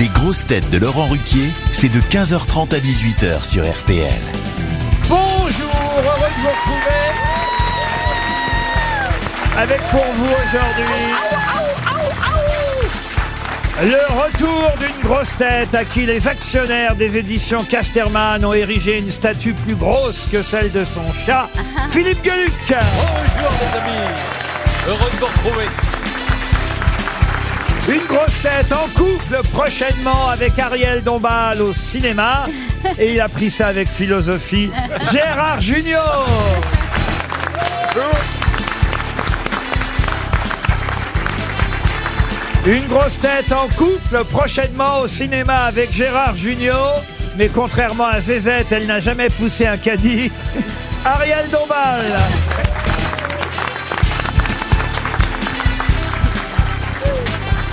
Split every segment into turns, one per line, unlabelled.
Les grosses têtes de Laurent Ruquier, c'est de 15h30 à 18h sur RTL.
Bonjour, heureux de vous retrouver avec pour vous aujourd'hui le retour d'une grosse tête à qui les actionnaires des éditions Casterman ont érigé une statue plus grosse que celle de son chat, Philippe Gueluc.
Bonjour mes amis, heureux de vous retrouver.
Une grosse tête en couple prochainement avec Ariel Dombal au cinéma. Et il a pris ça avec philosophie. Gérard Junior Une grosse tête en couple prochainement au cinéma avec Gérard Junior. Mais contrairement à Zézette, elle n'a jamais poussé un caddie. Ariel Dombal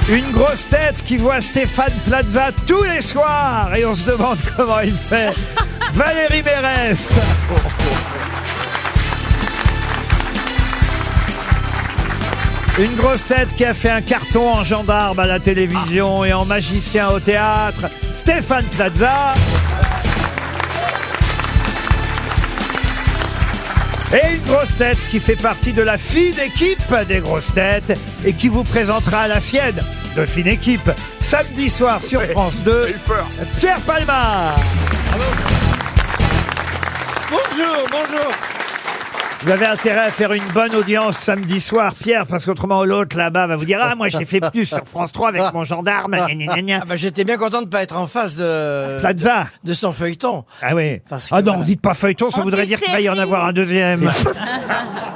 Une grosse tête qui voit Stéphane Plaza tous les soirs et on se demande comment il fait. Valérie Mérès. Une grosse tête qui a fait un carton en gendarme à la télévision et en magicien au théâtre, Stéphane Plaza. Et une grosse tête qui fait partie de la fine équipe des grosses têtes et qui vous présentera la sienne de fine équipe samedi soir sur France 2. Pierre Palma.
Bonjour, bonjour.
Vous avez intérêt à faire une bonne audience samedi soir, Pierre, parce qu'autrement l'autre là-bas va vous dire ah moi j'ai fait plus sur France 3 avec mon gendarme. gna, gna, gna, gna.
Ah bah, j'étais bien content de pas être en face de
Plaza.
de son feuilleton.
Ah oui.
Parce que
Ah non,
voilà.
dites pas feuilleton, ça voudrait dire qu'il va y en avoir un deuxième.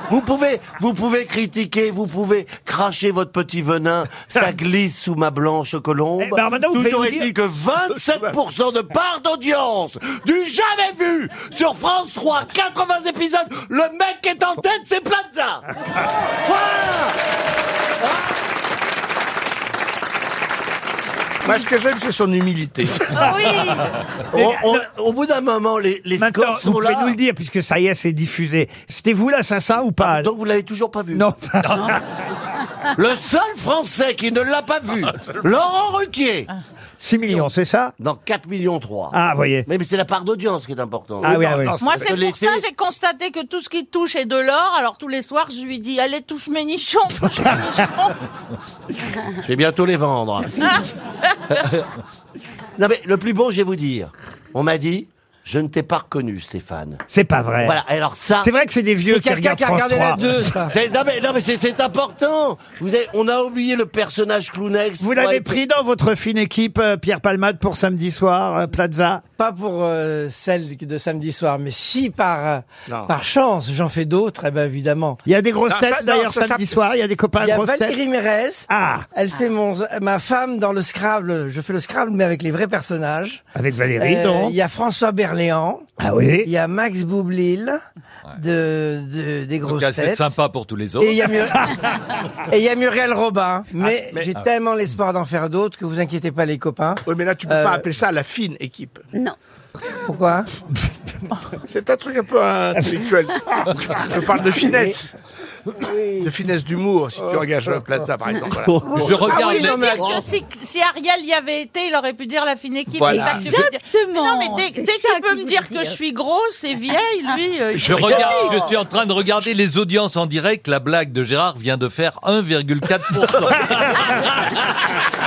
Vous pouvez, vous pouvez critiquer, vous pouvez cracher votre petit venin, ça glisse sous ma blanche colombe.
Eh ben, maintenant, vous
Toujours
pouvez nous
est-il que 27% de part d'audience du jamais vu sur France 3, 80 épisodes, le mec qui est en tête, c'est Plaza. Voilà.
Moi, ce que j'aime, c'est son humilité.
On- on- au bout d'un moment, les, les
Maintenant,
scores
vous
sont
pouvez
là.
nous le dire, puisque ça y est, c'est diffusé. C'était vous l'assassin ou pas
Donc vous l'avez toujours pas vu.
Non.
Le seul Français qui ne l'a pas vu, Laurent Ruquier,
6 millions, c'est ça
dans 4 millions 3.
Ah, voyez.
Mais, mais c'est la part d'audience qui est importante.
Ah oui, ah oui.
Moi,
Parce
c'est
que les
pour ça
télé-
j'ai constaté que tout ce qui touche est de l'or. Alors tous les soirs, je lui dis allez touche mes nichons, touche mes nichons.
Je vais bientôt les vendre. non mais le plus bon, je vais vous dire. On m'a dit, je ne t'ai pas reconnu, Stéphane.
C'est pas vrai.
Voilà, alors ça...
C'est vrai que c'est des vieux
C'est
qui
quelqu'un
regardent
qui a
France
regardé
3.
la 2, ça.
c'est- Non mais, non, mais c'est, c'est important. Vous avez- on a oublié le personnage clownex.
Vous l'avez pris dans votre fine équipe, euh, Pierre Palmade, pour samedi soir, euh, Plaza
Pas pour euh, celle de samedi soir, mais si par euh, par chance j'en fais d'autres, eh ben évidemment.
Il y a des grosses
Non, ça,
têtes,
non,
d'ailleurs,
ça, ça-
samedi soir. Il y a des copains
Il y a
grosses têtes.
Valérie Mérez.
Ah,
Elle fait mon ma femme dans le Scrabble. Je fais le Scrabble mais avec les vrais personnages.
avec Valérie,
Euh,
non
il y a François Berléand.
Ah
Il
oui
y a Max Boublil de, de des grosses
Donc c'est
têtes.
sympa pour tous les autres.
Et il y a Muriel, et il y a Muriel Robin. Mais, j'ai tellement l'espoir d'en faire d'autres que vous inquiétez pas les copains.
Oui, mais là, tu peux
Euh,
pas appeler ça la fine équipe.
Pourquoi
C'est un truc un peu intellectuel. Je parle de finesse. De finesse d'humour, si tu engages un Plaza, par exemple. voilà.
Je regarde
Ah oui,
les-
non, mais
Dire que si, si Ariel y avait été, il aurait pu dire la fine équipe.
Voilà.
C'est ça que tu peux dire. Mais Non, mais dès,
C'est
dès
ça
qu'il peut
qu'il
me
voulait
dire
dire.
que je suis grosse et vieille, lui. euh, il
Je
peut
regarde,
dire.
je suis en train de regarder les audiences en direct. La blague de Gérard vient de faire 1,4%.